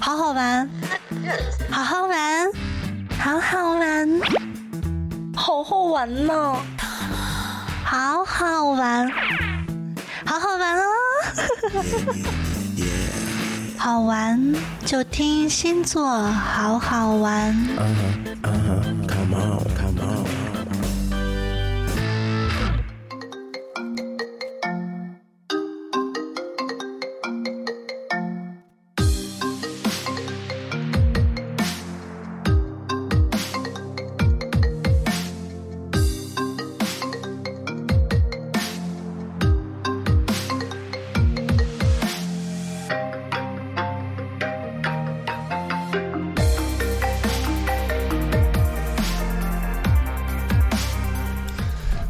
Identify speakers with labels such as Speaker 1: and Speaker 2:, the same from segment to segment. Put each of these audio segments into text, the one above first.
Speaker 1: 好好玩，好好玩，好好玩，
Speaker 2: 好好玩呢、
Speaker 1: 好好玩，好好玩哦！好玩就听星座，好好玩。
Speaker 3: Come on, come on.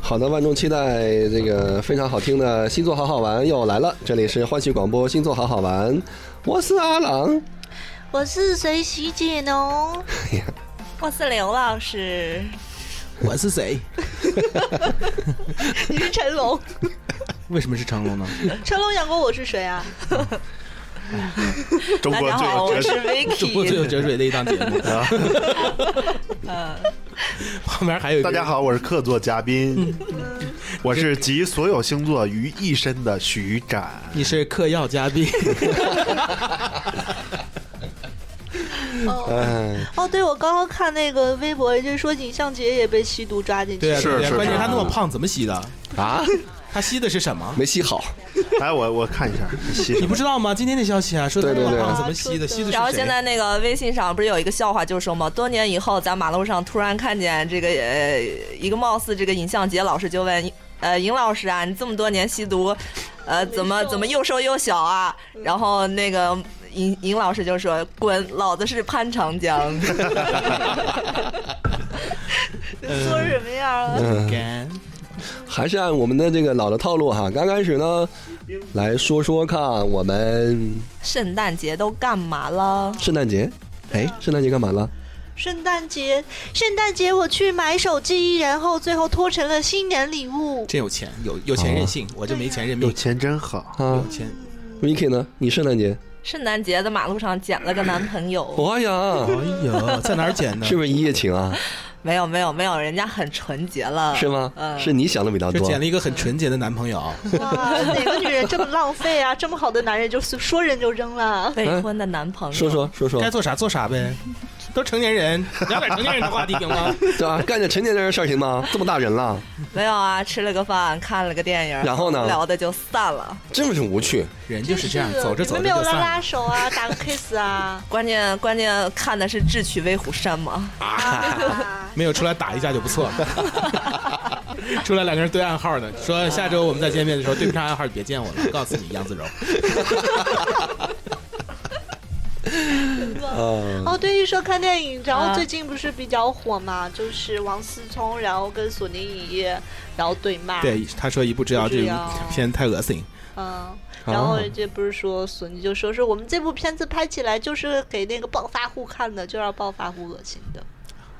Speaker 3: 好的，万众期待这个非常好听的《星座好好玩》又来了，这里是欢喜广播《星座好好玩》，我是阿郎。
Speaker 1: 我是谁喜姐呢？
Speaker 2: 我是刘老师，
Speaker 4: 我是谁？
Speaker 2: 你是成龙，
Speaker 4: 为什么是成 龙呢？
Speaker 2: 成龙演过《我是谁》啊？
Speaker 5: 中
Speaker 2: 大
Speaker 5: 国
Speaker 2: 家
Speaker 5: 最
Speaker 2: 好，
Speaker 5: 有
Speaker 2: 我
Speaker 5: 哲
Speaker 2: 是
Speaker 5: 学，
Speaker 4: 中国最
Speaker 2: Vicky，
Speaker 4: 有哲水的一档节目。旁边还有一 个
Speaker 5: 大家，好，我是客座嘉宾，
Speaker 4: 嗯
Speaker 5: 我是集所有星座于一身的徐展。
Speaker 4: 你是嗑药嘉宾，
Speaker 3: 哎，
Speaker 2: 哦，对，我刚刚看那个微博，就是说尹相杰也被吸毒抓进去
Speaker 4: 对
Speaker 2: 了
Speaker 4: 啊，
Speaker 5: 是
Speaker 4: 对啊
Speaker 5: 是
Speaker 4: 关键
Speaker 5: 是
Speaker 4: 他那么胖，怎么吸的？
Speaker 3: 啊，
Speaker 4: 他吸的是什么？
Speaker 3: 没吸好，
Speaker 5: 来，我我看一 下，吸
Speaker 4: 你不知道吗？今天的消息啊，说他
Speaker 3: 对对
Speaker 4: 那么
Speaker 3: 对
Speaker 4: 胖，怎么吸的？吸的
Speaker 6: 然后
Speaker 4: 是谁
Speaker 6: 现？在那个微信上不是有一个笑话，就是说嘛，多年以后在马路上突然看见这个呃一个貌似这个尹相杰老师就问呃尹老师啊，你这么多年吸毒，呃怎么怎么又瘦又小啊？然后那个尹尹老师就说滚，老子是潘长江。
Speaker 2: 说什么样啊？
Speaker 3: 嗯，
Speaker 4: 干
Speaker 3: 还是按我们的这个老的套路哈。刚开始呢，来说说看我们
Speaker 6: 圣诞节都干嘛了？
Speaker 3: 圣诞节，哎，圣诞节干嘛了？
Speaker 2: 圣诞节，圣诞节我去买手机，然后最后拖成了新年礼物。
Speaker 4: 真有钱，有有钱任性，
Speaker 2: 哦
Speaker 4: 我这没钱认
Speaker 5: 有
Speaker 4: 命。
Speaker 5: 钱真好。
Speaker 3: 啊
Speaker 4: 有钱，
Speaker 3: ，Vicky 呢？你圣诞节？
Speaker 6: 圣诞节在马路上捡了个男朋友，
Speaker 3: 哎 呀
Speaker 4: 哎，呦，在哪儿 捡的？
Speaker 3: 是不是一夜情啊？
Speaker 6: 没有没有没有，人家很纯洁了，
Speaker 3: 是吗？
Speaker 6: 嗯，
Speaker 3: 是你想的比较
Speaker 4: 就
Speaker 3: 多
Speaker 4: 捡。了一个很纯洁的男朋友，
Speaker 2: 哇，哪个女人这么浪费啊？这么好的男人就说扔就扔了。
Speaker 6: 未婚的男朋友。
Speaker 3: 嗯说说说说
Speaker 4: 该，做啥做啥呗，都成年人，聊点成年人的话题行 吗？
Speaker 3: 对吧？干点成年人的事儿行吗？这么大人了，
Speaker 6: 没有啊，吃了个饭，看了个电影，
Speaker 3: 然后呢
Speaker 6: 聊的就散了。
Speaker 3: 真是无趣。
Speaker 4: 人就是这样，走着走着
Speaker 2: 你们没有
Speaker 4: 就
Speaker 2: 拉
Speaker 4: 散
Speaker 2: 拉
Speaker 4: 了。
Speaker 2: 手啊，打个 kiss 啊，
Speaker 6: 关键关键看的是《智取威虎山》嘛，
Speaker 2: 啊
Speaker 4: 没有出来打一架就不错 了。出来两个人对暗号呢，说下周我们再见面的时候对不上暗号，别见我了，告诉你杨子柔。
Speaker 3: 嗯，
Speaker 2: 哦，对，一说看电影，然后
Speaker 6: 啊
Speaker 2: 最近不是比较火嘛，就是王思聪，然后跟索尼影业，然后对骂，
Speaker 4: 对，他说一步之遥这
Speaker 2: 一
Speaker 4: 部
Speaker 2: 步之遥
Speaker 4: 片太恶心，
Speaker 2: 嗯，然后这不是说索尼就说是我们这部片子拍起来就是给那个暴发户看的，就让暴发户恶心的，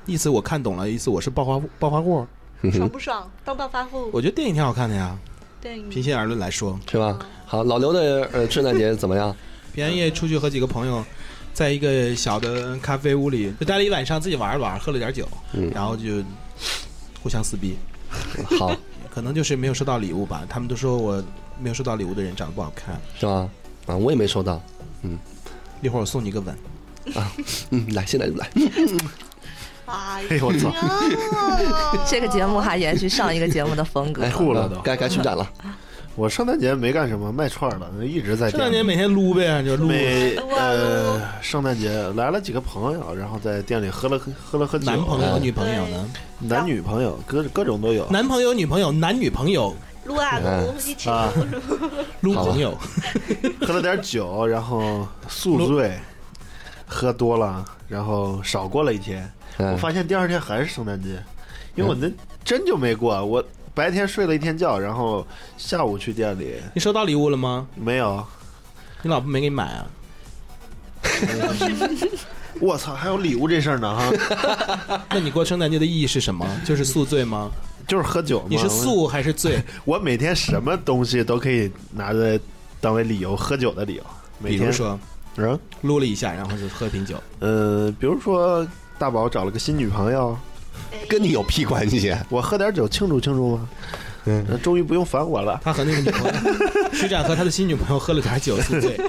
Speaker 4: 意思我看懂了，意思我是暴发户暴发户。
Speaker 2: 爽不爽？当暴发户，
Speaker 4: 我觉得电影挺好看的呀，
Speaker 2: 电影
Speaker 4: 平心而论来说，
Speaker 3: 是吧？好，老刘的呃圣诞节怎么 样？
Speaker 4: 平安夜出去和几个朋友，在一个小的咖啡屋里就待了一晚上，自己玩了玩，喝了点酒，
Speaker 3: 嗯
Speaker 4: 然后就互相撕逼，
Speaker 3: 好，
Speaker 4: 可能就是没有收到礼物吧。他们都说我没有收到礼物的人长得不好看。
Speaker 3: 是吧？啊，我也没收到。
Speaker 4: 一会儿我送你一个吻，
Speaker 3: 嗯，来，现在就来。
Speaker 2: 哎
Speaker 5: 哎
Speaker 2: 呀，
Speaker 5: 呦 我操！
Speaker 6: 这个节目还延续上一个节目的风格
Speaker 3: 哎，。
Speaker 5: 吐了
Speaker 3: 啊
Speaker 4: 都
Speaker 3: 该该去展 了。
Speaker 5: 我圣诞节没干什么，卖串儿了，一直在
Speaker 4: 圣诞节
Speaker 5: 店里。
Speaker 4: 每天撸呗，就撸。
Speaker 5: 每呃，圣诞节来了几个朋友，然后在店里喝了喝喝了喝酒，呃
Speaker 4: 男朋友、
Speaker 3: 嗯
Speaker 4: 女朋友呢？
Speaker 5: 男女朋友各各种都有。
Speaker 4: 男朋友、女朋友、男女朋友、
Speaker 2: 撸啊撸，一起撸
Speaker 5: 啊，
Speaker 4: 撸朋友，
Speaker 5: 喝了点酒，然后宿醉，喝多了，然后少过了一天。我
Speaker 3: 嗯，
Speaker 5: 发现第二天还是圣诞节，因为我那真就没过。我白天睡了一天觉，然后下午去店里
Speaker 4: 你收到礼物了吗？
Speaker 5: 没有。
Speaker 4: 你老婆没给你买啊？
Speaker 5: 我操，还有礼物这事儿呢哈，
Speaker 4: 那你过圣诞节的意义是什么？就是宿醉吗？
Speaker 5: 就是喝酒嘛。
Speaker 4: 你是宿还是醉？
Speaker 5: 我，我每天什么东西都可以拿着当为理由喝酒的理由。每
Speaker 4: 比
Speaker 5: 天
Speaker 4: 如说，
Speaker 5: 嗯
Speaker 4: 撸了一下，然后就喝瓶酒。
Speaker 5: 呃，比如说大宝找了个新女朋友，
Speaker 3: 跟你有屁关系？啊
Speaker 5: 我喝点酒庆祝庆祝嘛，
Speaker 3: 嗯
Speaker 5: 呃终于不用烦我了。
Speaker 4: 他和那个女朋友徐展和他的新女朋友喝了点酒宿醉，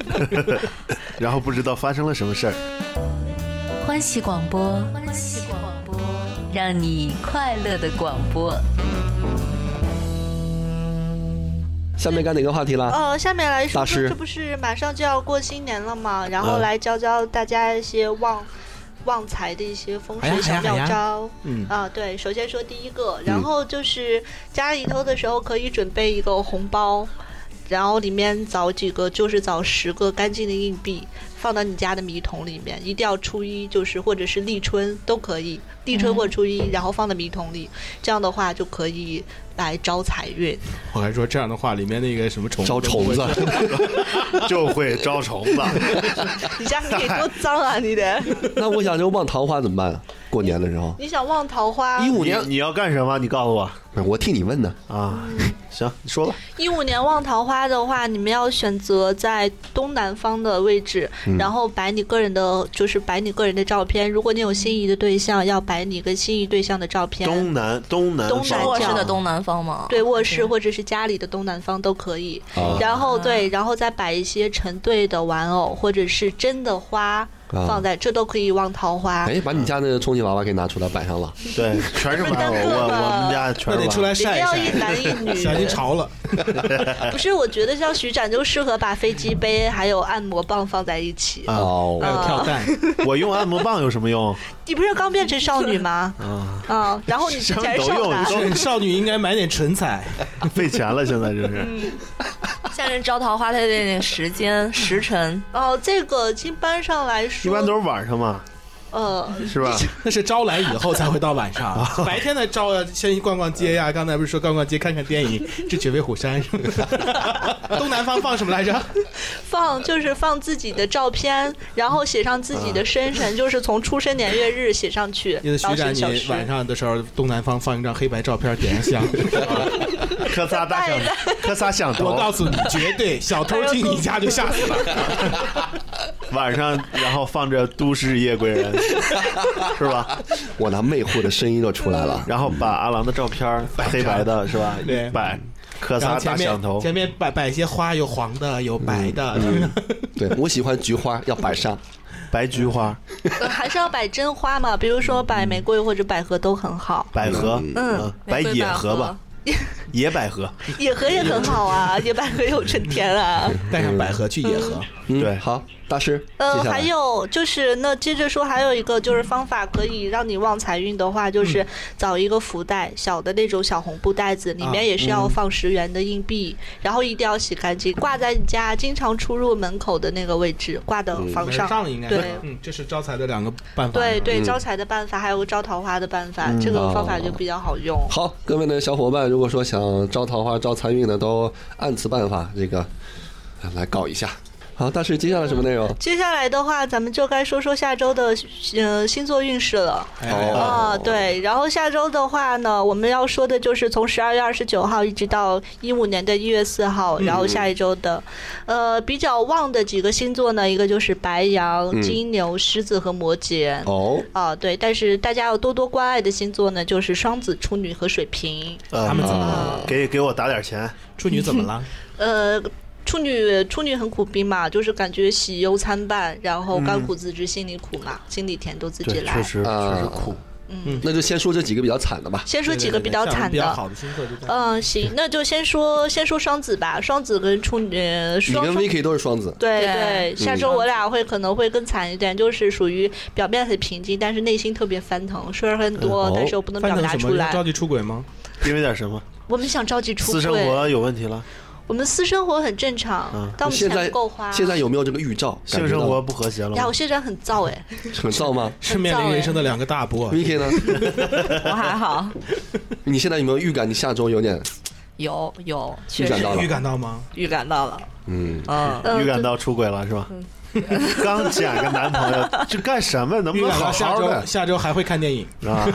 Speaker 5: 然后不知道发生了什么事儿，
Speaker 7: 欢喜广播，欢喜广播，让你快乐的广播。
Speaker 3: 下面该哪个话题了？
Speaker 4: 啊
Speaker 2: 呃，下面来说
Speaker 3: 大师
Speaker 2: 说，这不是马上就要过新年了嘛，然后
Speaker 3: 嗯
Speaker 2: 来教教大家一些旺旺财的一些风
Speaker 4: 哎呀
Speaker 2: 水小
Speaker 4: 哎呀哎
Speaker 2: 妙
Speaker 4: 呀
Speaker 2: 招。
Speaker 4: 嗯，
Speaker 2: 啊，对，首先说第一个，然后就是家里头的时候可以准备一个红包，然后里面找几个，就是找十个干净的硬币，放到你家的米桶里面，一定要初一就是或者是立春都可以，立春
Speaker 4: 嗯
Speaker 2: 或初一，然后放到米桶里，这样的话就可以来招财运。
Speaker 4: 我还说这样的话，里面那个什么虫
Speaker 3: 招虫子，
Speaker 5: 就会招虫子。
Speaker 2: 你家里多脏啊，你得，
Speaker 3: 那我想就望桃花怎么办？啊过年的时候，
Speaker 2: 你想望桃花
Speaker 3: 一？五
Speaker 5: 你
Speaker 3: 年，
Speaker 5: 你要干什么？你告诉我
Speaker 3: 不是我替你问呢。
Speaker 5: 啊！行，你说吧。
Speaker 2: 一五年望桃花的话，你们要选择在东南方的位置，然后摆你个人的，就是摆你个人的照片。如果你有心仪的对象，要摆你跟心仪对象的照片。
Speaker 5: 东南东南
Speaker 2: 东
Speaker 5: 方
Speaker 6: 是
Speaker 2: 南
Speaker 6: 卧
Speaker 2: 角
Speaker 6: 室的东南方 吗？
Speaker 2: 对卧
Speaker 6: 嗯
Speaker 2: 室或者是家里的东南方都可以，
Speaker 3: 啊
Speaker 2: 然后对，然后再摆一些成对的玩偶或者是真的花
Speaker 3: 啊
Speaker 2: 放在，这都可以望桃花。
Speaker 3: 哎，把你家那个充气娃娃给拿出来摆上了。
Speaker 5: 对，全是玩偶。我我们家全
Speaker 4: 那
Speaker 5: 是
Speaker 4: 得出
Speaker 5: 玩偶。
Speaker 4: 来
Speaker 2: 里
Speaker 4: 晒
Speaker 2: 面
Speaker 4: 一
Speaker 2: 要一
Speaker 4: 晒，
Speaker 2: 男一女，
Speaker 4: 小心潮了。
Speaker 2: 不是，我觉得像徐展就适合把飞机杯还有按摩棒放在一起。
Speaker 5: 啊
Speaker 4: 还
Speaker 3: 哦，
Speaker 4: 有跳 蛋，
Speaker 5: 我用按摩棒有什么用？
Speaker 2: 你不是刚变成少女 吗？
Speaker 5: 啊，
Speaker 2: 啊，然后你之前是
Speaker 5: 什么
Speaker 2: 少
Speaker 5: 都有
Speaker 2: 男，
Speaker 5: 你
Speaker 4: 是少女应该买点唇彩，
Speaker 5: 费钱了，现在就是。
Speaker 6: 现在招桃花，它得那个时间时辰，
Speaker 2: 哦，这个一般上来
Speaker 5: 一
Speaker 2: 说，
Speaker 5: 般都是晚上嘛，
Speaker 2: 呃，
Speaker 5: 是吧？
Speaker 4: 那是招来以后才会到晚上，白天的招啊，先去逛逛街呀、刚才不是说逛逛街、看看电影，这绝味虎山是吧？东南方放什么来着？
Speaker 2: 放就是放自己的照片，然后写上自己的生辰，就是从出生年月日写上去
Speaker 4: 啊因为，
Speaker 2: 然
Speaker 4: 徐
Speaker 2: 后
Speaker 4: 展，
Speaker 2: 生
Speaker 4: 你
Speaker 2: 小时。
Speaker 4: 晚上的时候，东南方放一张黑白照片，点上香。
Speaker 5: 磕仨大响， 磕仨响头。
Speaker 4: 我告诉你，绝对小偷进你家就吓死了。
Speaker 5: 晚上，然后放着《都市夜归人》，是吧？
Speaker 3: 我那魅惑的声音就出来了。
Speaker 5: 然后把阿郎的照片儿，黑白的是吧？
Speaker 4: 对嗯
Speaker 5: 一摆，磕
Speaker 4: 然
Speaker 5: 仨
Speaker 4: 后
Speaker 5: 大
Speaker 4: 前
Speaker 5: 响头
Speaker 4: 面。前面摆摆一些花，有黄的，有白的。
Speaker 3: 对我喜欢菊花，要摆上。
Speaker 5: 白菊花、
Speaker 2: 呃 还是要摆真花嘛，比如说摆玫瑰或者百合都很好，
Speaker 5: 百合，嗯，摆
Speaker 6: 玫瑰
Speaker 5: 野
Speaker 6: 百
Speaker 5: 合吧，野百合，
Speaker 2: 野合也很好啊，野百合有春天啊。
Speaker 4: 带上百合去野合，
Speaker 3: 嗯
Speaker 5: 对
Speaker 3: 好，大师，
Speaker 2: 呃
Speaker 3: 接，下来
Speaker 2: 还有就是，那接着说，还有一个就是方法可以让你旺财运的话，就是找一个福袋，小的那种小红布袋子，里面也是要放十元的硬币，然后一定要洗干净，挂在你家经常出入门口的那个位置，挂的房
Speaker 4: 门
Speaker 2: 上。
Speaker 4: 上应该
Speaker 2: 对
Speaker 4: 嗯，这是招财的两个办法。
Speaker 2: 对对，招财的办法，还有个招桃花的办法，这个方法就比较好用。
Speaker 3: 好，各位的小伙伴，如果说想招桃花、招财运的，都按此办法，这个呃来搞一下。好，大师，接下来什么内 容？
Speaker 2: 接下来的话，咱们就该说说下周的呃星座运势了。
Speaker 4: 哎，
Speaker 2: 啊、对，然后下周的话呢，我们要说的就是从十二月二十九号一直到一五年的一月四号，然后下一周的，呃，比较旺的几个星座呢，一个就是白羊、金牛、狮子和摩羯。
Speaker 3: 哦，
Speaker 2: 啊，对，但是大家要多多关爱的星座呢，就是双子、处女和水瓶。
Speaker 4: 他们怎么了？
Speaker 5: 呃给给我打点钱，
Speaker 4: 处女怎么了？
Speaker 2: 呃，处女处女很苦逼嘛，就是感觉喜忧参半，然后甘苦自知心里苦嘛，心里甜都自己
Speaker 5: 对，
Speaker 2: 来。
Speaker 5: 确实确实
Speaker 3: 啊
Speaker 5: 苦。
Speaker 3: 那就先说这几个比较惨的吧。
Speaker 2: 先说几个比较
Speaker 4: 对对对
Speaker 2: 惨
Speaker 4: 比
Speaker 2: 的，
Speaker 4: 较好的星座就这样。
Speaker 2: 嗯，行，那就先说先说双子吧，双子跟处女，呃
Speaker 3: 你
Speaker 2: 双
Speaker 3: 跟
Speaker 2: 双
Speaker 3: Vicky 都是双子，
Speaker 2: 对
Speaker 6: 对
Speaker 2: 对，下周我俩会可能会更惨一点，就是属于表面很平静，但是内心特别翻腾，事儿很多
Speaker 3: 哦，
Speaker 2: 但是又不能
Speaker 4: 翻
Speaker 2: 表
Speaker 4: 腾
Speaker 2: 达
Speaker 4: 什
Speaker 2: 出
Speaker 4: 么？
Speaker 2: 来
Speaker 4: 着。急出轨吗？
Speaker 5: 因为点什么？
Speaker 2: 我们想着急出
Speaker 5: 私生
Speaker 2: 柜，
Speaker 5: 活有问题了，
Speaker 2: 我们私生活很正常
Speaker 5: 嗯，
Speaker 2: 但我们
Speaker 3: 现
Speaker 2: 钱
Speaker 3: 在
Speaker 2: 不够花。
Speaker 3: 现在有没有这个预兆？
Speaker 5: 性生活不和谐了
Speaker 2: 呀，
Speaker 5: 吗
Speaker 2: 我？现在很燥哎，
Speaker 3: 感觉到很燥吗
Speaker 4: 是面临人生的两个大波。
Speaker 3: ？Vicky 呢？
Speaker 6: 我还好，
Speaker 3: 你现在有没有预感你下周有点
Speaker 6: 有有，
Speaker 3: 预
Speaker 6: 确
Speaker 3: 感
Speaker 6: 实
Speaker 3: 到了
Speaker 4: 预？感到吗？
Speaker 6: 预感到了，
Speaker 3: 嗯，
Speaker 6: 嗯，
Speaker 2: 嗯
Speaker 5: 预感到出轨了是吧？ 刚捡个男朋友，这干什么？能不
Speaker 4: 预
Speaker 5: 能
Speaker 4: 感
Speaker 5: 好
Speaker 4: 到下
Speaker 5: 好
Speaker 4: 周
Speaker 5: 的
Speaker 4: 下周还会看电影，
Speaker 5: 啊？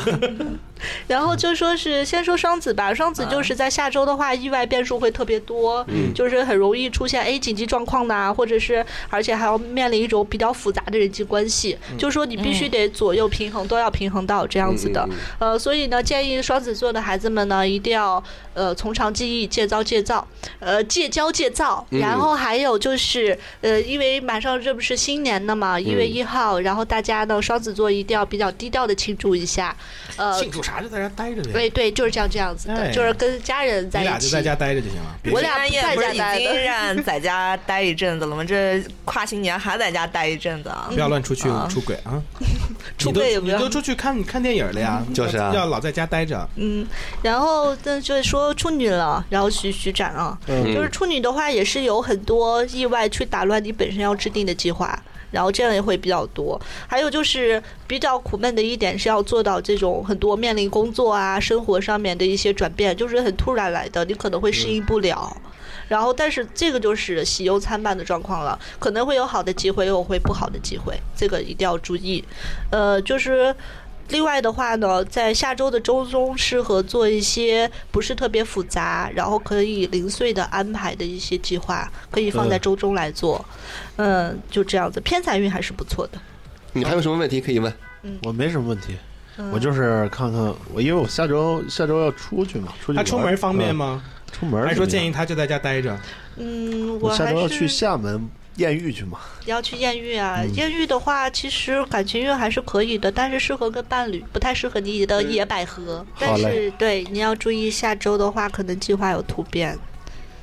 Speaker 2: 然后就说是先说双子吧，双
Speaker 3: 啊
Speaker 2: 子就是在下周的话，意外变数会特别多，
Speaker 3: 嗯
Speaker 2: 就是很容易出现哎紧急状况呐、或者是而且还要面临一种比较复杂的人际关系，
Speaker 3: 嗯
Speaker 2: 就说你必须得左右平衡，都要平衡到这样子
Speaker 3: 嗯
Speaker 2: 的。呃，所以呢，建议双子座的孩子们呢，一定要呃从长计议，戒躁戒躁，呃戒骄戒躁。
Speaker 3: 嗯
Speaker 2: 然后还有就是呃，因为马上这不是新年了嘛，一月
Speaker 3: 嗯
Speaker 2: 一号，然后大家呢双子座一定要比较低调的庆祝一下，呃，
Speaker 4: 庆祝啥就在家待着呗，
Speaker 2: 对对，就是这样这样子的，
Speaker 4: 哎
Speaker 2: 就是跟家人
Speaker 4: 你
Speaker 2: 在
Speaker 4: 俩
Speaker 2: 一
Speaker 4: 就
Speaker 2: 起。
Speaker 4: 在家待着就行了，别
Speaker 2: 我俩
Speaker 6: 不
Speaker 2: 不
Speaker 6: 也
Speaker 2: 在
Speaker 6: 不
Speaker 2: 家
Speaker 6: 是已
Speaker 2: 待
Speaker 6: 经
Speaker 2: 的，
Speaker 6: 让在家待一阵子了吗？这跨新年还在家待一阵子啊
Speaker 4: 不？要乱出去
Speaker 6: 啊
Speaker 4: 出轨啊！
Speaker 2: 嗯 出轨也不
Speaker 4: 你
Speaker 2: 要
Speaker 4: 都你都出去看看电影了呀，
Speaker 3: 就是啊
Speaker 4: 要老在家待着。
Speaker 2: 嗯，然后那就说处女了，然后徐徐展啊，
Speaker 4: 嗯
Speaker 2: 就是处女的话也是有很多意外去打乱你本身要制定的计划，然后这样也会比较多。还有就是比较苦闷的一点是要做到这种很多面临工作啊、生活上面的一些转变，就是很突然来的，你可能会适应不了。
Speaker 4: 嗯
Speaker 2: 然后，但是这个就是喜忧参半的状况了，可能会有好的机会，也有会不好的机会，这个一定要注意。呃，就是另外的话呢，在下周的周中适合做一些不是特别复杂，然后可以零碎的安排的一些计划，可以放在周中来做。嗯就这样子，偏财运还是不错的。
Speaker 3: 你还有什么问题可以问？
Speaker 5: 我没什么问题，
Speaker 2: 嗯、
Speaker 5: 我就是看看我，因为我下周下周要出去嘛，出去
Speaker 4: 他
Speaker 5: 玩
Speaker 4: 出门方便？吗？
Speaker 5: 嗯出门
Speaker 4: 还是说建
Speaker 5: 议
Speaker 4: 议他就在家待着？
Speaker 2: 嗯，
Speaker 5: 我下嗯
Speaker 2: 还
Speaker 5: 周要
Speaker 2: 是
Speaker 5: 去厦门艳遇去嘛？
Speaker 2: 要去艳遇啊。艳遇的话，其实感情运还是可以的，但是适合跟伴侣，不太适合你的野百合。但
Speaker 5: 好
Speaker 2: 是
Speaker 5: 嘞
Speaker 2: 对你要注意，下周的话可能计划有突变，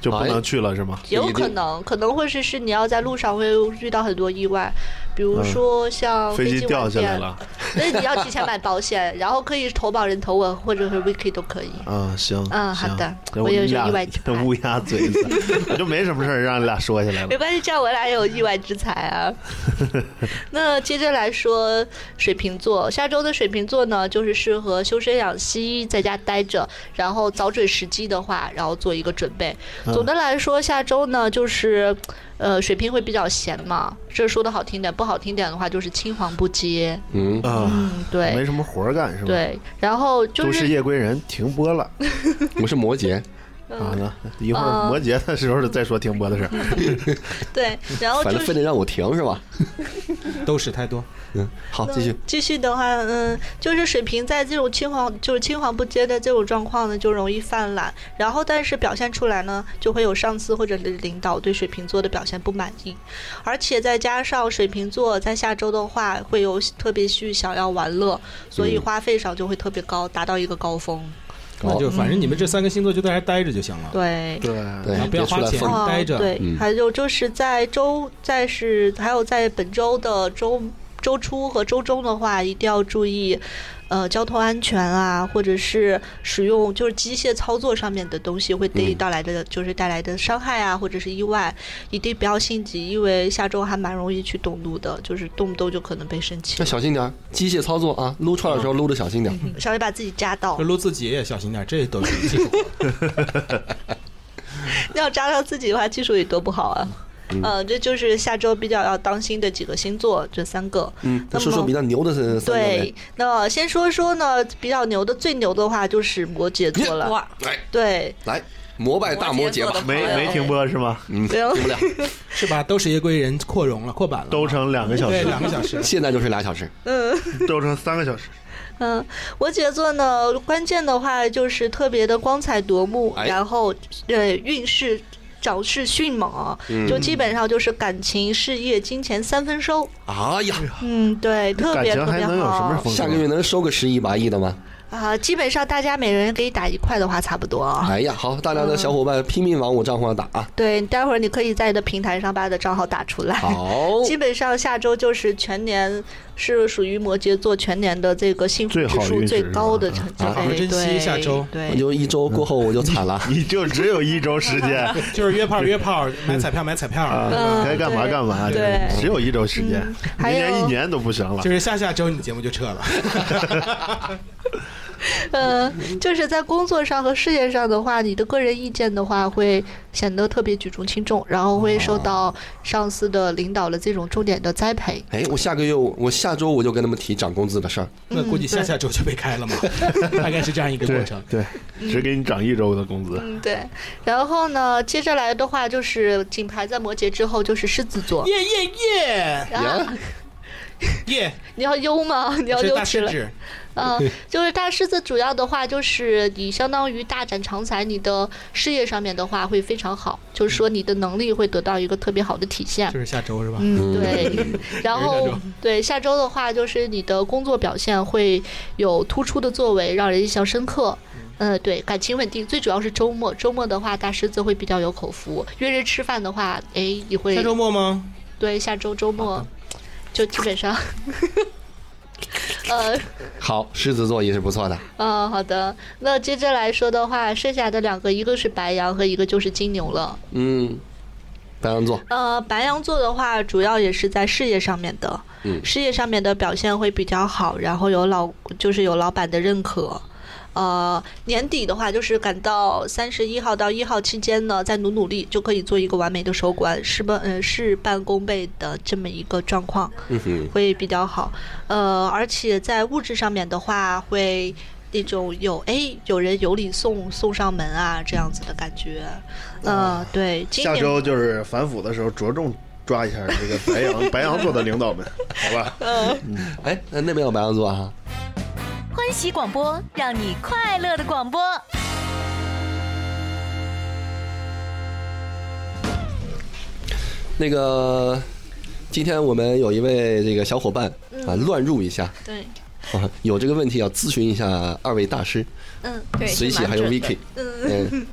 Speaker 5: 就不
Speaker 3: 哎
Speaker 5: 能去了是吗？
Speaker 2: 有
Speaker 3: 一定
Speaker 2: 可能可能会是是你要在路上会遇到很多意外，比如说像
Speaker 5: 嗯飞
Speaker 2: 机
Speaker 5: 机掉下
Speaker 2: 晚
Speaker 5: 来
Speaker 2: 点
Speaker 5: 了，
Speaker 2: 所以你要提前买保险，然后可以投保人投我，或者是 Wiki 都可以。
Speaker 5: 啊，行，
Speaker 2: 嗯
Speaker 5: 行
Speaker 2: 好的
Speaker 5: 那
Speaker 2: 我有
Speaker 5: 乌
Speaker 2: 一个
Speaker 5: 鸦
Speaker 2: 意外之
Speaker 5: 那乌鸦嘴子，我就没什么事儿让你俩说起来
Speaker 2: 没
Speaker 5: 了。
Speaker 2: 关系，这样我俩也有意外之财 啊。那接着来说水瓶座，下周的水瓶座呢，就是适合修身养息，在家待着，然后找准时机的话，然后做一个准备。
Speaker 5: 嗯
Speaker 2: 总的来说，下周呢就是。呃，水瓶会比较闲嘛，这说的好听点，不好听点的话就是青黄不接。
Speaker 3: 嗯，
Speaker 5: 啊，
Speaker 2: 嗯，对
Speaker 5: 没什么活儿干是吧？，
Speaker 2: 对，然后
Speaker 5: 都
Speaker 2: 就是是
Speaker 5: 夜归人停播 了
Speaker 3: 我是摩羯，
Speaker 5: 啊，那一会
Speaker 2: 嗯
Speaker 5: 儿摩羯的时候再说停播 的事儿。
Speaker 2: 对，然后
Speaker 3: 反
Speaker 2: 就
Speaker 3: 正非
Speaker 2: 是。
Speaker 3: 得让我停是吧？
Speaker 4: 都是太多，
Speaker 3: 嗯，好，继续。
Speaker 2: 继续的话，嗯，就是水瓶在这种青黄就是青黄不接的这种状况呢，就容易犯懒，然后但是表现出来呢，就会有上司或者领导对水瓶座的表现不满意，而且再加上水瓶座在下周的话会有特别去想要玩乐，所以
Speaker 3: 嗯
Speaker 2: 花费上就会特别高，达到一个高峰。
Speaker 4: 那
Speaker 5: 哦
Speaker 3: 好
Speaker 4: 就反正你们这三个星座就在家待着就行了。
Speaker 2: 对，
Speaker 5: 对，
Speaker 4: 啊
Speaker 3: 对，
Speaker 4: 不
Speaker 3: 别
Speaker 4: 要
Speaker 3: 出来
Speaker 4: 花钱
Speaker 3: 疯。
Speaker 2: 哦，
Speaker 4: 待着
Speaker 2: 对，
Speaker 3: 嗯
Speaker 2: 还有就是在周，在是还有在本周的周周初和周中的话，一定要注意，呃，交通安全啊，或者是使用就是机械操作上面的东西会对
Speaker 3: 嗯
Speaker 2: 你带来的、就是带来的伤害啊，或者是意外，一定不要心急，因为下周还蛮容易去动怒的，就是动不动就可能被生气
Speaker 3: 要，小心点儿，机械操作啊！撸串的时候撸的小心点儿。
Speaker 2: 嗯稍微把自己扎到
Speaker 4: 这，撸自己也小心点，这都是技术活。
Speaker 2: 要扎到自己的话，技术也多不好啊。嗯、这就是下周比较要当心的几个星座，这三个。
Speaker 3: 嗯，那
Speaker 2: 那
Speaker 3: 说说
Speaker 2: 么
Speaker 3: 比较牛的三三个
Speaker 2: 对
Speaker 3: 呗。，
Speaker 2: 那先说说呢，比较牛的，最牛的话就是摩羯 座了。
Speaker 6: 哇，
Speaker 3: 哎
Speaker 2: 对，
Speaker 3: 来，膜拜大摩羯
Speaker 6: 摩羯座
Speaker 3: 吧
Speaker 6: 的。
Speaker 5: 没没停播是吗？
Speaker 3: 嗯，
Speaker 2: 没有
Speaker 3: 不 了，
Speaker 4: 是吧？都是夜归人扩容了，扩版了，
Speaker 5: 都成两个小
Speaker 4: 对
Speaker 5: 时，
Speaker 4: 两个小时。
Speaker 3: 现在就是俩小时。
Speaker 5: 都成三个小时。
Speaker 2: 嗯，摩羯座呢，关键的话就是特别的光彩夺目，
Speaker 3: 哎
Speaker 2: 然后呃运势。涨势迅猛啊，
Speaker 5: 嗯
Speaker 2: 就基本上就是感情、事业、金钱三分收。
Speaker 3: 哎呀，
Speaker 2: 嗯，对，特
Speaker 5: 啊感
Speaker 2: 别
Speaker 5: 情
Speaker 2: 特
Speaker 5: 还
Speaker 2: 别
Speaker 5: 能有什么
Speaker 2: 好
Speaker 5: 风
Speaker 3: 下个月
Speaker 5: 格？
Speaker 3: 能收个十亿八亿的吗？
Speaker 2: 啊。基本上大家每人给你打一块的话，差不多啊。
Speaker 3: 哎呀，好，大家的小伙伴拼命往我账户上打 啊！
Speaker 2: 对，待会儿你可以在你的平台上把你的账号打出来。
Speaker 3: 好，
Speaker 2: 基本上下周就是全年是属于摩羯座全年的这个幸福
Speaker 5: 最
Speaker 2: 指
Speaker 5: 好
Speaker 2: 数
Speaker 5: 运
Speaker 2: 最
Speaker 5: 势是
Speaker 2: 高
Speaker 5: 吧
Speaker 2: 的
Speaker 5: 啊
Speaker 2: 成
Speaker 4: 好好
Speaker 2: 对
Speaker 4: 珍惜
Speaker 2: 对
Speaker 4: 下周
Speaker 3: 我
Speaker 2: 对。
Speaker 3: 就一周过后我就惨了。
Speaker 5: 你就只有一周时 间，
Speaker 4: 就是约炮约炮，买彩票买彩
Speaker 5: 啊
Speaker 4: 票，
Speaker 2: 嗯
Speaker 5: 该干嘛
Speaker 2: 对
Speaker 5: 干嘛，
Speaker 2: 对嗯
Speaker 5: 只有一周时间，明
Speaker 2: 还有
Speaker 5: 嗯年一年都不行了
Speaker 4: 就。是下下周你节目就撤了。
Speaker 2: 呃，就是在工作上和事业上的话，你的个人意见的话会显得特别举足轻重，然后会受
Speaker 5: 哦
Speaker 2: 到上司的领导的这种重点的栽培。
Speaker 3: 哎，我下个月我下周我就跟他们提涨工资的事儿。
Speaker 4: 那估计下下周就被开了嘛，大概是这样一个过
Speaker 5: 对
Speaker 4: 程。
Speaker 5: 对，只给你涨一周的工资。
Speaker 2: 嗯，对。然后呢，接着来的话就是锦牌在摩羯之后就是狮子座。
Speaker 4: 耶耶耶
Speaker 2: 啊，
Speaker 4: 耶！
Speaker 2: 你要悠吗？你要
Speaker 4: 我是
Speaker 2: 悠
Speaker 4: 大
Speaker 2: 起
Speaker 4: 狮
Speaker 2: 来。
Speaker 4: 子，
Speaker 2: 嗯，就是大狮子主要的话，就是你相当于大展长才，你的事业上面的话会非常好，就是说你的能力会得到一个特别好的体现
Speaker 4: 就。是下周是吧？
Speaker 2: 嗯，对。
Speaker 4: 下
Speaker 2: 然后
Speaker 4: 周
Speaker 2: 对下周的话，就是你的工作表现会有突出的作为，让人印象深刻。
Speaker 4: 嗯
Speaker 2: 呃，对，感情稳定，最主要是周末。周末的话，大狮子会比较有口福。约人吃饭的话，哎，你会
Speaker 4: 下周末吗？
Speaker 2: 对下周周末，就基 本上，呃，
Speaker 3: 好，狮子座也是不错的。
Speaker 2: 嗯，好的。那接着来说的话，剩下的两个，一个是白羊和一个就是金牛了。
Speaker 3: 嗯，白羊座，
Speaker 2: 呃，白羊座的话，主要也是在事业上面的，
Speaker 3: 嗯
Speaker 2: 事业上面的表现会比较好，然后有老就是有老板的认可。呃，年底的话，就是赶到三十一号到一号期间呢，再努努力，就可以做一个完美的收官，事半呃事半功倍的这么一个状况。
Speaker 3: 嗯哼，
Speaker 2: 会比较好。呃，而且在物质上面的话，会那种有哎有人有礼送送上门啊这样子的感觉。呃，对，今
Speaker 5: 下
Speaker 2: 年
Speaker 5: 周就是反腐的时候，着重抓一下这个白羊 白羊座的领导们，好吧？
Speaker 2: 嗯
Speaker 3: 哎，那那边有白羊座啊哈、
Speaker 7: 欢喜广播，让你快乐的广播。
Speaker 3: 那个，今天我们有一位这个小伙伴啊，乱入一下
Speaker 2: 对，
Speaker 3: 啊， 有这个问题要咨询一下二位大师，
Speaker 2: 嗯
Speaker 6: 对，
Speaker 3: 随
Speaker 6: 是
Speaker 3: 喜
Speaker 6: 蛮
Speaker 3: 还有
Speaker 6: 准的
Speaker 3: Vicky，
Speaker 2: 嗯
Speaker 3: 嗯，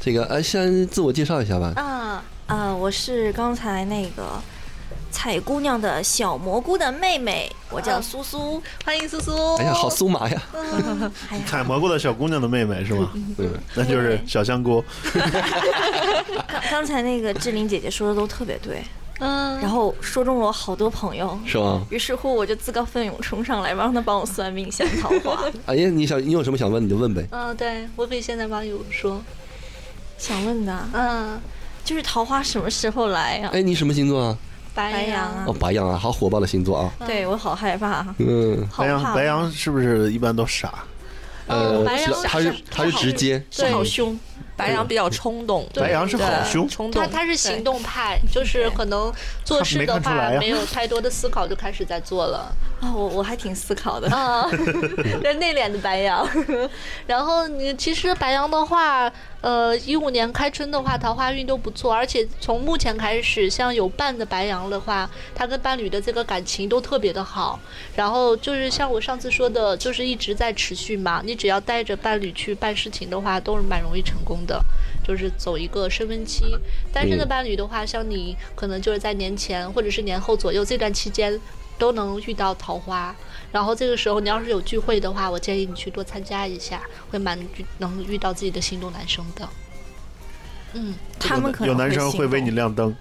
Speaker 3: 这个哎，先自我介绍一下吧。
Speaker 2: 啊
Speaker 8: 啊、我是刚才那个彩姑娘的小蘑菇的妹妹，我叫苏苏。
Speaker 2: 欢迎苏苏。
Speaker 3: 哎呀，好酥麻呀！
Speaker 8: 哎呀，
Speaker 5: 采蘑菇的小姑娘的妹妹是吗？
Speaker 2: 嗯
Speaker 3: 对，
Speaker 5: 嗯那就是小香菇。
Speaker 8: 刚刚才那个志玲姐姐说的都特别对，
Speaker 2: 嗯，
Speaker 8: 然后说中了我好多朋友。
Speaker 3: 是吗？
Speaker 8: 于是乎，我就自告奋勇冲上来，让她帮我算命、想桃花，
Speaker 3: 哎呀，你想你有什么想问你就问呗。
Speaker 2: 嗯，对我可以现在帮友说，
Speaker 8: 想问的
Speaker 2: 嗯，
Speaker 8: 就是桃花什么时候来呀、
Speaker 3: 哎，你什么星座啊？
Speaker 2: 白
Speaker 8: 白羊啊
Speaker 3: 哦，白羊啊，好火爆的星座啊。
Speaker 8: 对我好害怕，
Speaker 3: 嗯，
Speaker 8: 好
Speaker 5: 白羊
Speaker 8: 怕，
Speaker 5: 白羊是不是一般都傻？
Speaker 3: 呃，
Speaker 2: 白羊
Speaker 3: 是他是他是直接，
Speaker 2: 对，
Speaker 6: 好凶，白羊比较冲动，
Speaker 5: 白羊是好凶
Speaker 6: 对嗯冲动
Speaker 2: 他。他是行动派，就是可能做
Speaker 5: 他
Speaker 2: 事
Speaker 5: 没
Speaker 2: 的
Speaker 5: 看出
Speaker 2: 话
Speaker 5: 来啊
Speaker 2: 没有太多的思考就开始在做了。
Speaker 8: 啊，我我还挺思考的。
Speaker 2: 啊，这内敛的白羊。 然后你其实白羊的话，呃，一五年开春的话，桃花运都不错，而且从目前开始，像有伴的白羊的话，他跟伴侣的这个感情都特别的好。然后就是像我上次说的，就是一直在持续嘛。你只要带着伴侣去办事情的话，都是蛮容易成功的。就是走一个升温期，单身的
Speaker 3: 嗯
Speaker 2: 伴侣的话，像你可能就是在年前或者是年后左右这段期间，都能遇到桃花。然后这个时候你要是有聚会的话，我建议你去多参加一下，会蛮遇能遇到自己的心动男生的。嗯，
Speaker 8: 他们可能
Speaker 5: 有男生会为你
Speaker 8: 心
Speaker 5: 亮灯。
Speaker 8: 动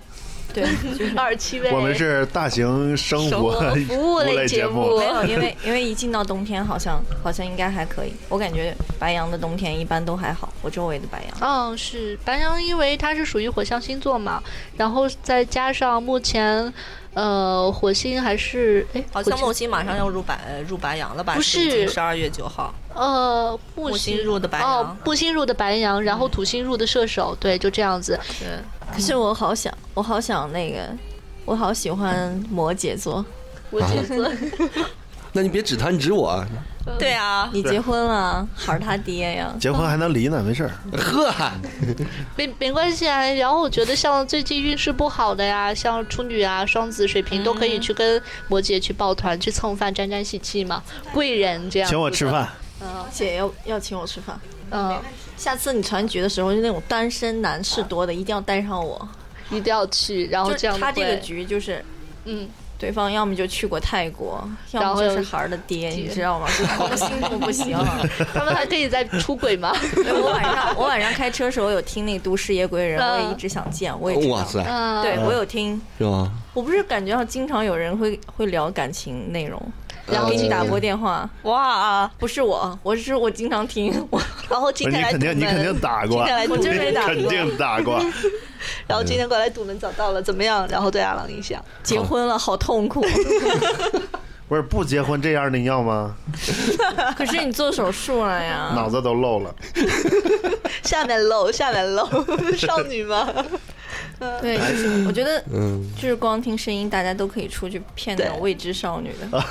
Speaker 8: 对，
Speaker 2: 二七位，
Speaker 5: 我们是大型生
Speaker 2: 生
Speaker 5: 活
Speaker 2: 活服务类
Speaker 5: 类
Speaker 2: 节目
Speaker 5: 目，
Speaker 8: 没有，因为因为一进到冬天，好像好像应该还可以。我感觉白羊的冬天一般都还好，我周围的白羊。
Speaker 2: 嗯，是白羊，因为它是属于火象星座嘛，然后再加上目前，呃，火星还是哎，
Speaker 6: 好像木星马上要入白呃入白羊了吧？
Speaker 2: 不是
Speaker 6: 十二月九号，
Speaker 2: 呃木
Speaker 6: 木星入的白
Speaker 2: 哦
Speaker 6: 羊，，
Speaker 2: 木星入的白羊，然后土星入的射手，对，就这样子。
Speaker 6: 是
Speaker 8: 可是我好想，我好想那个，我好喜欢摩羯座。
Speaker 2: 我觉得，
Speaker 3: 那你别只谈指我啊。
Speaker 6: 对啊，
Speaker 8: 你结婚了，孩儿他爹呀！
Speaker 5: 结婚还能离呢，没事儿。
Speaker 2: 嗯
Speaker 3: 呵，
Speaker 2: 没没关系啊。然后我觉得像最近运势不好的呀，像处女啊、双子、水瓶都可以去跟摩羯去抱团去蹭饭、沾沾喜气嘛，贵人这样。
Speaker 5: 请我吃。饭，
Speaker 8: 姐要要请我吃饭，
Speaker 2: 嗯，
Speaker 8: 下次你团局的时候，就那种单身男士多的，一定要带上我。
Speaker 2: 一定要去，然后
Speaker 8: 就
Speaker 2: 这
Speaker 8: 是
Speaker 2: 样
Speaker 8: 他哦这个
Speaker 2: 会
Speaker 8: 局就是。
Speaker 2: 嗯，
Speaker 8: 对方要么就去过泰国，
Speaker 2: 然
Speaker 8: 要
Speaker 2: 后
Speaker 8: 么就
Speaker 2: 又
Speaker 8: 是孩儿的爹，你知道吗？就多心动不行 了。
Speaker 2: 他们还可以再出轨吗？
Speaker 8: 对我晚上我晚上开车时候有听那《都市夜归人》，我也一直想见，我也知道。
Speaker 3: 哇塞，
Speaker 2: 嗯，
Speaker 8: 对，我有听，
Speaker 3: 是吧？
Speaker 8: 我不是感觉到经常有人会会聊感情内容，然后给你
Speaker 3: 呃
Speaker 8: 打过电话，
Speaker 6: 哇，
Speaker 8: 不是我，我是我经常 听，我
Speaker 2: 然后今
Speaker 5: 不是
Speaker 2: 天
Speaker 5: 你
Speaker 2: 来
Speaker 5: 肯
Speaker 2: 堵门，
Speaker 5: 定你肯定打过，
Speaker 2: 今天来堵
Speaker 8: 我真没
Speaker 2: 门，
Speaker 8: 打过
Speaker 5: 肯定打 过。
Speaker 2: 然后今天过来堵门找到了，怎么样？然后对阿郎一想，
Speaker 8: 结婚了好痛苦，
Speaker 5: 不是不结婚这样的你要吗？
Speaker 8: 可是你做手术了
Speaker 2: 嗯
Speaker 8: 呀，
Speaker 5: 脑子都漏了。
Speaker 2: 下面露，下 面露，少女嘛，
Speaker 8: 对，就是我觉得
Speaker 3: 嗯，
Speaker 8: 就是光听声音，大家都可以出去骗那种
Speaker 2: 对
Speaker 8: 未知少女的。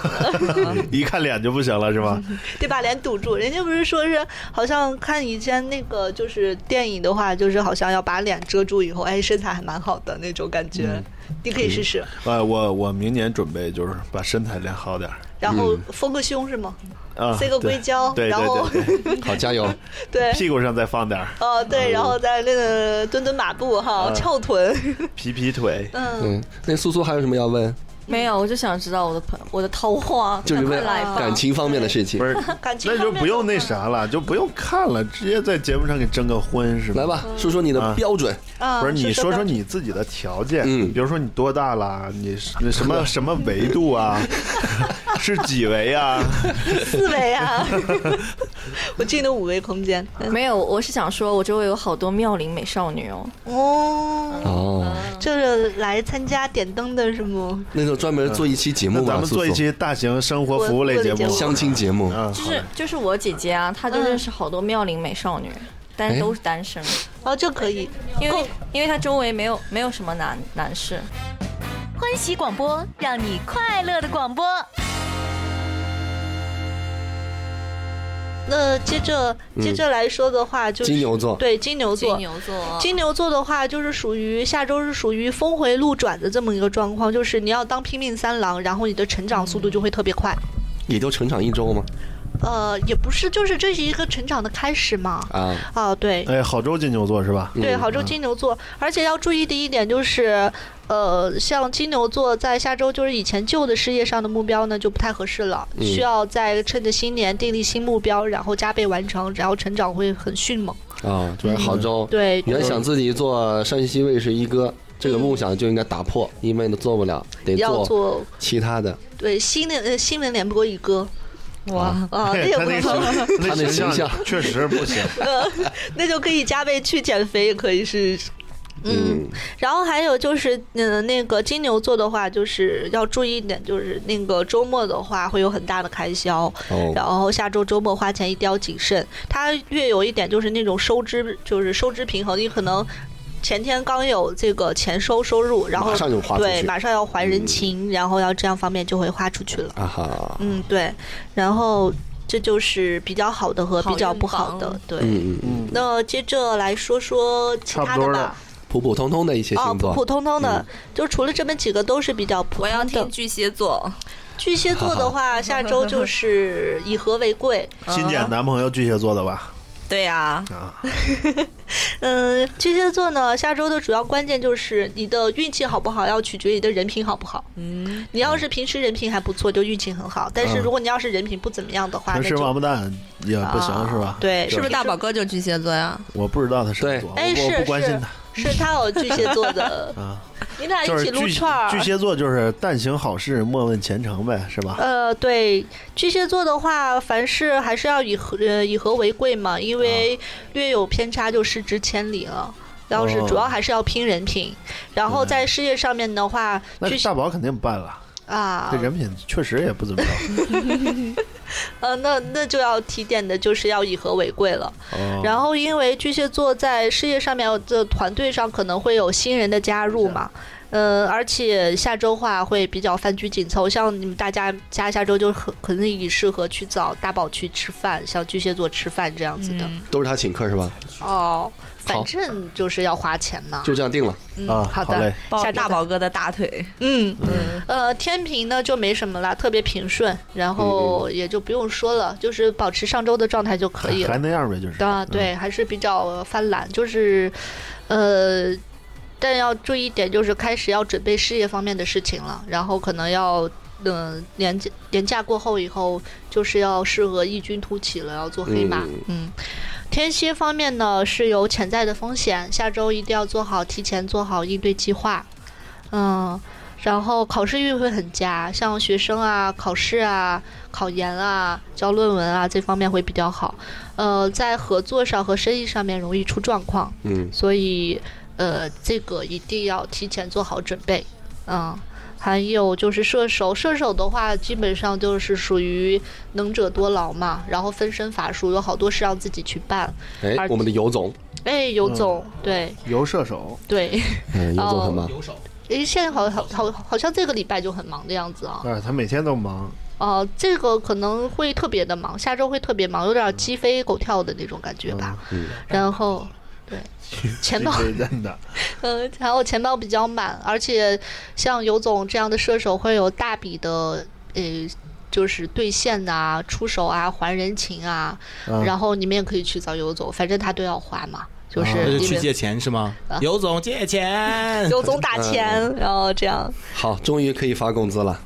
Speaker 2: 嗯
Speaker 5: 一看脸就不行了是吧？
Speaker 2: 得把脸堵住。人家不是说是好像看以前那个就是电影的话，就是好像要把脸遮住以后，哎，身材还蛮好的那种感觉。
Speaker 3: 嗯
Speaker 2: 你可以试试，
Speaker 5: 呃，我我明年准备就是把身材练好点儿
Speaker 2: 然
Speaker 3: 嗯
Speaker 2: 后丰个胸是吗？
Speaker 5: 啊，
Speaker 2: 塞个
Speaker 5: 对
Speaker 2: 硅胶
Speaker 5: 对
Speaker 2: 然后
Speaker 5: 对对 对，
Speaker 3: 好，加油！
Speaker 2: 对，
Speaker 5: 屁股上再放点儿，
Speaker 2: 哦对，然后再那个蹲蹲马步哈，
Speaker 5: 嗯
Speaker 2: 翘臀，
Speaker 5: 皮皮腿。
Speaker 2: 嗯，
Speaker 3: 嗯，那苏苏还有什么要问？
Speaker 8: 没有，我就想知道我的朋我的桃花，
Speaker 3: 就是
Speaker 8: 赶快
Speaker 3: 问
Speaker 8: 来吧。
Speaker 3: 感情方面的事情
Speaker 5: 不。是，
Speaker 2: 感情
Speaker 5: 那就
Speaker 2: 方面
Speaker 5: 不用
Speaker 2: 的
Speaker 5: 那
Speaker 2: 话
Speaker 5: 啥了，就不用看了，直接在节目上给征个婚是吧？
Speaker 3: 来
Speaker 2: 嗯
Speaker 3: 吧，说说你的
Speaker 5: 啊
Speaker 3: 标准。
Speaker 2: 啊，
Speaker 5: 不是你说说
Speaker 2: 到
Speaker 5: 你自己的条件，
Speaker 3: 嗯
Speaker 5: 比如说你多大了，你是你什 么什么维度 啊，是几维啊？
Speaker 2: 四维啊，我进了五维空间。
Speaker 3: 嗯
Speaker 8: 没有，我是想说，我周围有好多妙龄美少女哦。
Speaker 2: 哦，
Speaker 3: 哦，
Speaker 2: 就是来参加点灯的是吗？
Speaker 3: 那就专门做一期节
Speaker 5: 那
Speaker 3: 目吧，
Speaker 5: 咱们做一
Speaker 3: 苏
Speaker 5: 期大型生活服务类节
Speaker 2: 服务类节
Speaker 5: 目，
Speaker 2: 目
Speaker 3: 苏相亲节目。
Speaker 5: 啊，
Speaker 8: 就
Speaker 5: 好
Speaker 8: 是
Speaker 5: 嘞
Speaker 8: 就是我姐姐啊，她就认识好多妙龄美少女，但
Speaker 3: 哎
Speaker 8: 是都是单身，
Speaker 2: 哦，这可以，
Speaker 8: 因为因为她周围没有没有什么男男士。
Speaker 7: 欢喜广播，让你快乐的广播。
Speaker 2: 那接着接着来说的话，就
Speaker 3: 嗯
Speaker 2: 是
Speaker 3: 金牛座
Speaker 2: 对金牛座。
Speaker 8: 牛座
Speaker 2: 金牛座的话，就是属于下周是属于峰回路转的这么一个状况，就是你要当拼命三郎，然后你的成长速度就会特别快。
Speaker 3: 也就成长一周嘛。
Speaker 2: 呃，也不是，就是这是一个成长的开始嘛。
Speaker 3: 啊，
Speaker 2: 哦，对，
Speaker 5: 哎，好周金牛座是吧？
Speaker 3: 嗯
Speaker 2: 对，好周金牛座，而且要注意的一点就是，呃，像金牛座在下周就是以前旧的事业上的目标呢就不太合适了，
Speaker 3: 嗯
Speaker 2: 需要在趁着新年订立新目标，然后加倍完成，然后成长会很迅猛。
Speaker 3: 啊，就是好周。
Speaker 2: 嗯对，
Speaker 3: 原想自己做山西卫视一哥，这个梦想就应该打破，因为你做不了，得
Speaker 2: 嗯要
Speaker 3: 做
Speaker 2: 做
Speaker 3: 其他的。
Speaker 2: 对新的呃新闻联播一哥。
Speaker 3: 哇，
Speaker 2: 啊，那
Speaker 5: 嘿
Speaker 2: 也
Speaker 5: 他
Speaker 2: 不
Speaker 5: 那
Speaker 2: 错，
Speaker 5: 形
Speaker 3: 他
Speaker 5: 那
Speaker 3: 那形象
Speaker 5: 确实不行，
Speaker 2: 那就可以加倍去减肥，也可以是，嗯，
Speaker 3: 嗯，
Speaker 2: 然后还有就是，嗯、那个金牛座的话，就是要注意一点，就是那个周末的话会有很大的开销，
Speaker 3: 哦，
Speaker 2: 然后下周周末花钱一定要谨慎。它越有一点就是那种收支，就是收支平衡，你可能。前天刚有这个钱收收入，然后
Speaker 3: 马上就花出
Speaker 2: 对，
Speaker 3: 去嗯
Speaker 2: 马上要还人情，然后要这样方面就会花出去了。
Speaker 3: 啊哈，
Speaker 2: 嗯，对，然后这就是比较好的和比较不好
Speaker 8: 好
Speaker 2: 的
Speaker 8: 运，
Speaker 2: 对。
Speaker 3: 嗯嗯，
Speaker 5: 嗯，
Speaker 2: 那接着来说说其
Speaker 5: 差
Speaker 2: 他
Speaker 5: 不多
Speaker 2: 的吧
Speaker 5: 了。
Speaker 3: 普普通通的一些
Speaker 2: 哦，
Speaker 3: 星
Speaker 2: 普
Speaker 3: 座。
Speaker 2: 普通通
Speaker 5: 嗯
Speaker 2: 的，就除了这么几个都是比较普
Speaker 6: 我要
Speaker 2: 通的
Speaker 6: 听。巨蟹座，
Speaker 2: 巨蟹座的 话，下周就是以和为贵。
Speaker 5: 新捡男朋友巨蟹座的吧？
Speaker 6: 对呀，
Speaker 5: 啊，
Speaker 2: 嗯，巨蟹座呢，下周的主要关键就是你的运气好不好，要取决于你的人品好不好。
Speaker 6: 嗯，
Speaker 2: 你要是平时人品还不错，就运气很好；但是
Speaker 5: 嗯
Speaker 2: 如果你要是人品不怎么样的话，
Speaker 5: 平
Speaker 2: 啊那
Speaker 5: 时
Speaker 2: 就啊
Speaker 5: 王八蛋也不行是吧？
Speaker 2: 对，
Speaker 6: 是不是大宝？哥就巨蟹座呀？
Speaker 5: 我不知道他什么座，我
Speaker 2: 哎
Speaker 5: 我
Speaker 2: 是
Speaker 5: 不关心
Speaker 2: 是
Speaker 5: 他，
Speaker 2: 是他有巨蟹座 的
Speaker 5: 啊。
Speaker 2: 你俩
Speaker 5: 就
Speaker 2: 一
Speaker 5: 是
Speaker 2: 起撸
Speaker 5: 巨
Speaker 2: 串儿。
Speaker 5: 巨蟹座就是但行好事，莫问前程呗，是吧？
Speaker 2: 呃，对巨蟹座的话，凡事还是要以和呃以和为贵嘛，因为略有偏差就失之千里了。要是
Speaker 5: 啊哦
Speaker 2: 主要还是要拼人品，然后在事业上面的话，
Speaker 5: 那
Speaker 2: 巨蟹
Speaker 5: 大宝肯定不办了，
Speaker 2: 啊
Speaker 5: 这，人品确实也不怎么样。
Speaker 2: 呃，那那就要提点的就是要以和为贵了。
Speaker 5: 哦
Speaker 2: 然后，因为巨蟹座在事业上面的团队上可能会有新人的加入嘛，呃，而且下周话会比较饭局紧凑，像你们大家家下周就很可以适合去找大宝去吃饭，像巨蟹座吃饭这样子的。
Speaker 3: 都是他请客是吧？
Speaker 2: 哦，反正就是要花钱嘛。
Speaker 3: 就这样定了。
Speaker 2: 嗯，
Speaker 5: 啊，
Speaker 2: 好
Speaker 5: 好嘞
Speaker 2: 的，，
Speaker 6: 抱
Speaker 2: 下周
Speaker 6: 大宝哥的大腿，
Speaker 2: 嗯，呃，天平呢就没什么啦，特别平顺，然后也就不用说了，就是保持上周的状态就可以了
Speaker 5: 还。那样呗，就是。
Speaker 2: 啊，对，还是比较犯懒，就是，呃，但要注意一点，就是开始要准备事业方面的事情了，然后可能要，嗯、年假年假过后以后，就是要适合异军突起了，要做黑马。
Speaker 3: 嗯
Speaker 2: 嗯，天蝎方面呢是有潜在的风险，下周一定要做好提前做好应对计划。嗯，然后考试欲会很佳，像学生啊、考试啊、考研啊、交论文啊这方面会比较好。呃，在合作上和生意上面容易出状况，
Speaker 3: 嗯，
Speaker 2: 所以呃，这个一定要提前做好准备。嗯，还有就是射手，射手的话基本上就是属于能者多劳嘛，然后分身乏术，有好多事让自己去办。
Speaker 3: 哎，
Speaker 2: 而
Speaker 3: 我们的尤总，
Speaker 2: 哎，尤总，对
Speaker 5: 游射手，
Speaker 2: 对，
Speaker 3: 嗯，尤总
Speaker 2: 哦
Speaker 3: 很忙，
Speaker 4: 有手
Speaker 2: 诶，现在好好好好像这个礼拜就很忙的样子啊。
Speaker 5: 啊，他每天都忙，
Speaker 2: 哦，这个可能会特别的忙，下周会特别忙，有点鸡飞狗跳的那种感觉吧。
Speaker 3: 嗯
Speaker 2: 然后，对，钱包，
Speaker 5: 谁认的？
Speaker 2: 嗯，然后钱包比较满，而且像尤总这样的射手会有大笔的，呃，就是兑现呐、出手啊、还人情啊。
Speaker 4: 嗯
Speaker 5: 啊
Speaker 2: 然后你们也可以去找尤总，反正他都要还嘛，就
Speaker 5: 啊
Speaker 2: 是
Speaker 4: 那就
Speaker 2: 因
Speaker 4: 去
Speaker 2: 为
Speaker 4: 借钱是吗
Speaker 2: 啊？
Speaker 4: 尤总借钱，嗯
Speaker 2: 尤总打钱，然后这样。
Speaker 3: 好，终于可以发工资了。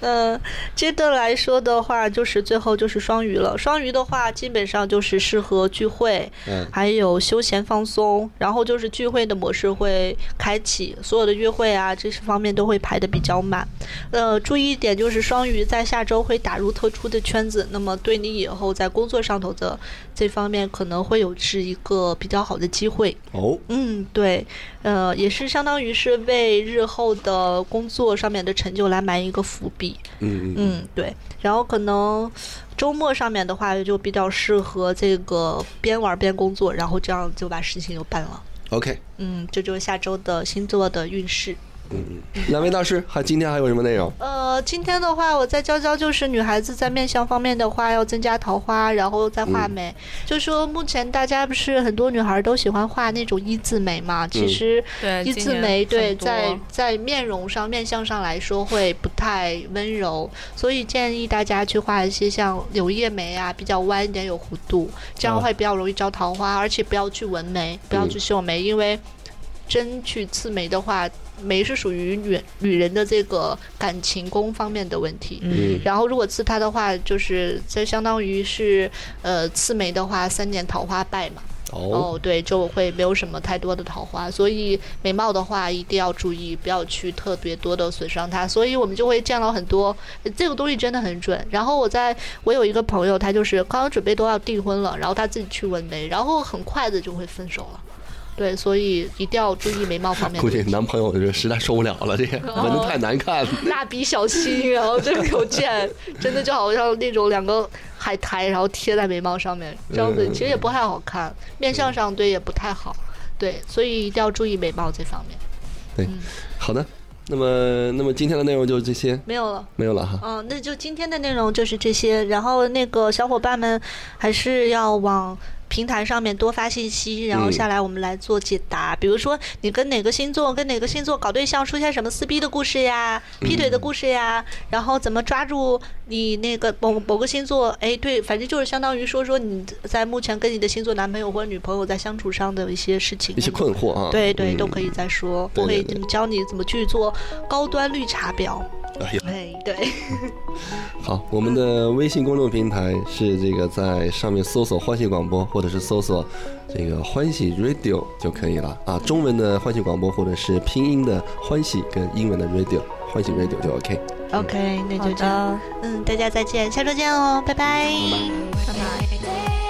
Speaker 2: 嗯，接着来说的话，就是最后就是双鱼了。双鱼的话，基本上就是适合聚会，
Speaker 3: 嗯
Speaker 2: 还有休闲放松，然后就是聚会的模式会开启，所有的约会啊这些方面都会排的比较满。呃，注意一点就是双鱼在下周会打入特殊的圈子，那么对你以后在工作上头的这方面可能会有是一个比较好的机会。
Speaker 3: 哦，
Speaker 2: 嗯，对，呃，也是相当于是为日后的工作上面的成就来埋一个伏笔。
Speaker 3: 嗯嗯，
Speaker 2: 嗯，对。然后可能周末上面的话，就比较适合这个边玩边工作，然后这样就把事情就办了。
Speaker 3: ，OK，
Speaker 2: 嗯，这就是下周的星座的运势。
Speaker 3: 两位大师，还今天还有什么内容？
Speaker 2: 呃，今天的话，我再教教，就是女孩子在面相方面的话，要增加桃花，然后再画眉。就说目前大家不是很多女孩都喜欢画那种一字眉嘛？其
Speaker 3: 嗯
Speaker 2: 实
Speaker 6: 对
Speaker 2: 一
Speaker 6: 今
Speaker 2: 字
Speaker 6: 年
Speaker 2: 眉
Speaker 6: 很
Speaker 2: 对
Speaker 6: 多
Speaker 2: 在在面容上、面相上来说会不太温柔，所以建议大家去画一些像柳叶眉啊，比较弯一点、有弧度，这
Speaker 6: 嗯
Speaker 2: 样
Speaker 5: 啊
Speaker 2: 会比较容易招桃花，而且不要去纹眉，不要
Speaker 3: 嗯
Speaker 2: 去绣眉，因为真去刺眉的话，眉是属于女女人的这个感情宫方面的问题。
Speaker 3: 嗯
Speaker 2: 然后如果刺它的话，就是这相当于是呃刺眉的话，三年桃花败嘛。
Speaker 3: 哦，
Speaker 2: 哦，对，就会没有什么太多的桃花，所以美貌的话一定要注意，不要去特别多的损伤它。所以我们就会见到很多呃这个东西真的很准。然后我在我有一个朋友，他就是刚刚准备都要订婚了，然后他自己去纹眉，然后很快的就会分手了。对，所以一定要注意眉毛方面的
Speaker 3: 估计
Speaker 2: 问题。哦
Speaker 3: 男朋友就实在受不了了，这个纹的太难看了。
Speaker 2: 蜡笔小新，然后这个邮件，真的就好像那种两个海苔，然后贴在眉毛上面，这样子其实也不太好看，面相上对也不太好，对，所以一定要注意眉毛这方面。
Speaker 3: 好的，那么那么今天的内容就这些，
Speaker 2: 没有了，
Speaker 3: 没有了哈。
Speaker 2: 嗯、那就今天的内容就是这些，然后那个小伙伴们还是要往。平台上面多发信息，然后
Speaker 3: 嗯
Speaker 2: 下来我们来做解答。比如说，你跟哪个星座、跟哪个星座搞对象，出现什么撕逼的故事呀、
Speaker 3: 嗯
Speaker 2: 劈腿的故事呀，然后怎么抓住你那个某某个星座？哎，对，反正就是相当于说说你在目前跟你的星座男朋友或者女朋友在相处上的一些事情，
Speaker 3: 一些困惑啊，
Speaker 2: 对对，都
Speaker 3: 嗯
Speaker 2: 可以再说。
Speaker 3: 对
Speaker 2: 我
Speaker 3: 对
Speaker 2: 会
Speaker 3: 对
Speaker 2: 怎么教你怎么去做高端绿茶婊？
Speaker 3: 哎呀，
Speaker 2: 哎，对，
Speaker 3: 好，我们的微信公众平台是这个，在上面搜索“欢喜广播”或者是搜索这个“欢喜 Radio” 就可以了啊。中文的“欢喜广播”或者是拼音的“欢喜”跟英文的 “Radio”，“ 欢喜 Radio” 就 OK。
Speaker 2: OK，那
Speaker 6: 好
Speaker 2: 就这样。
Speaker 6: 的，
Speaker 2: 嗯，大家再见，下周见哦，拜拜。
Speaker 7: 拜拜。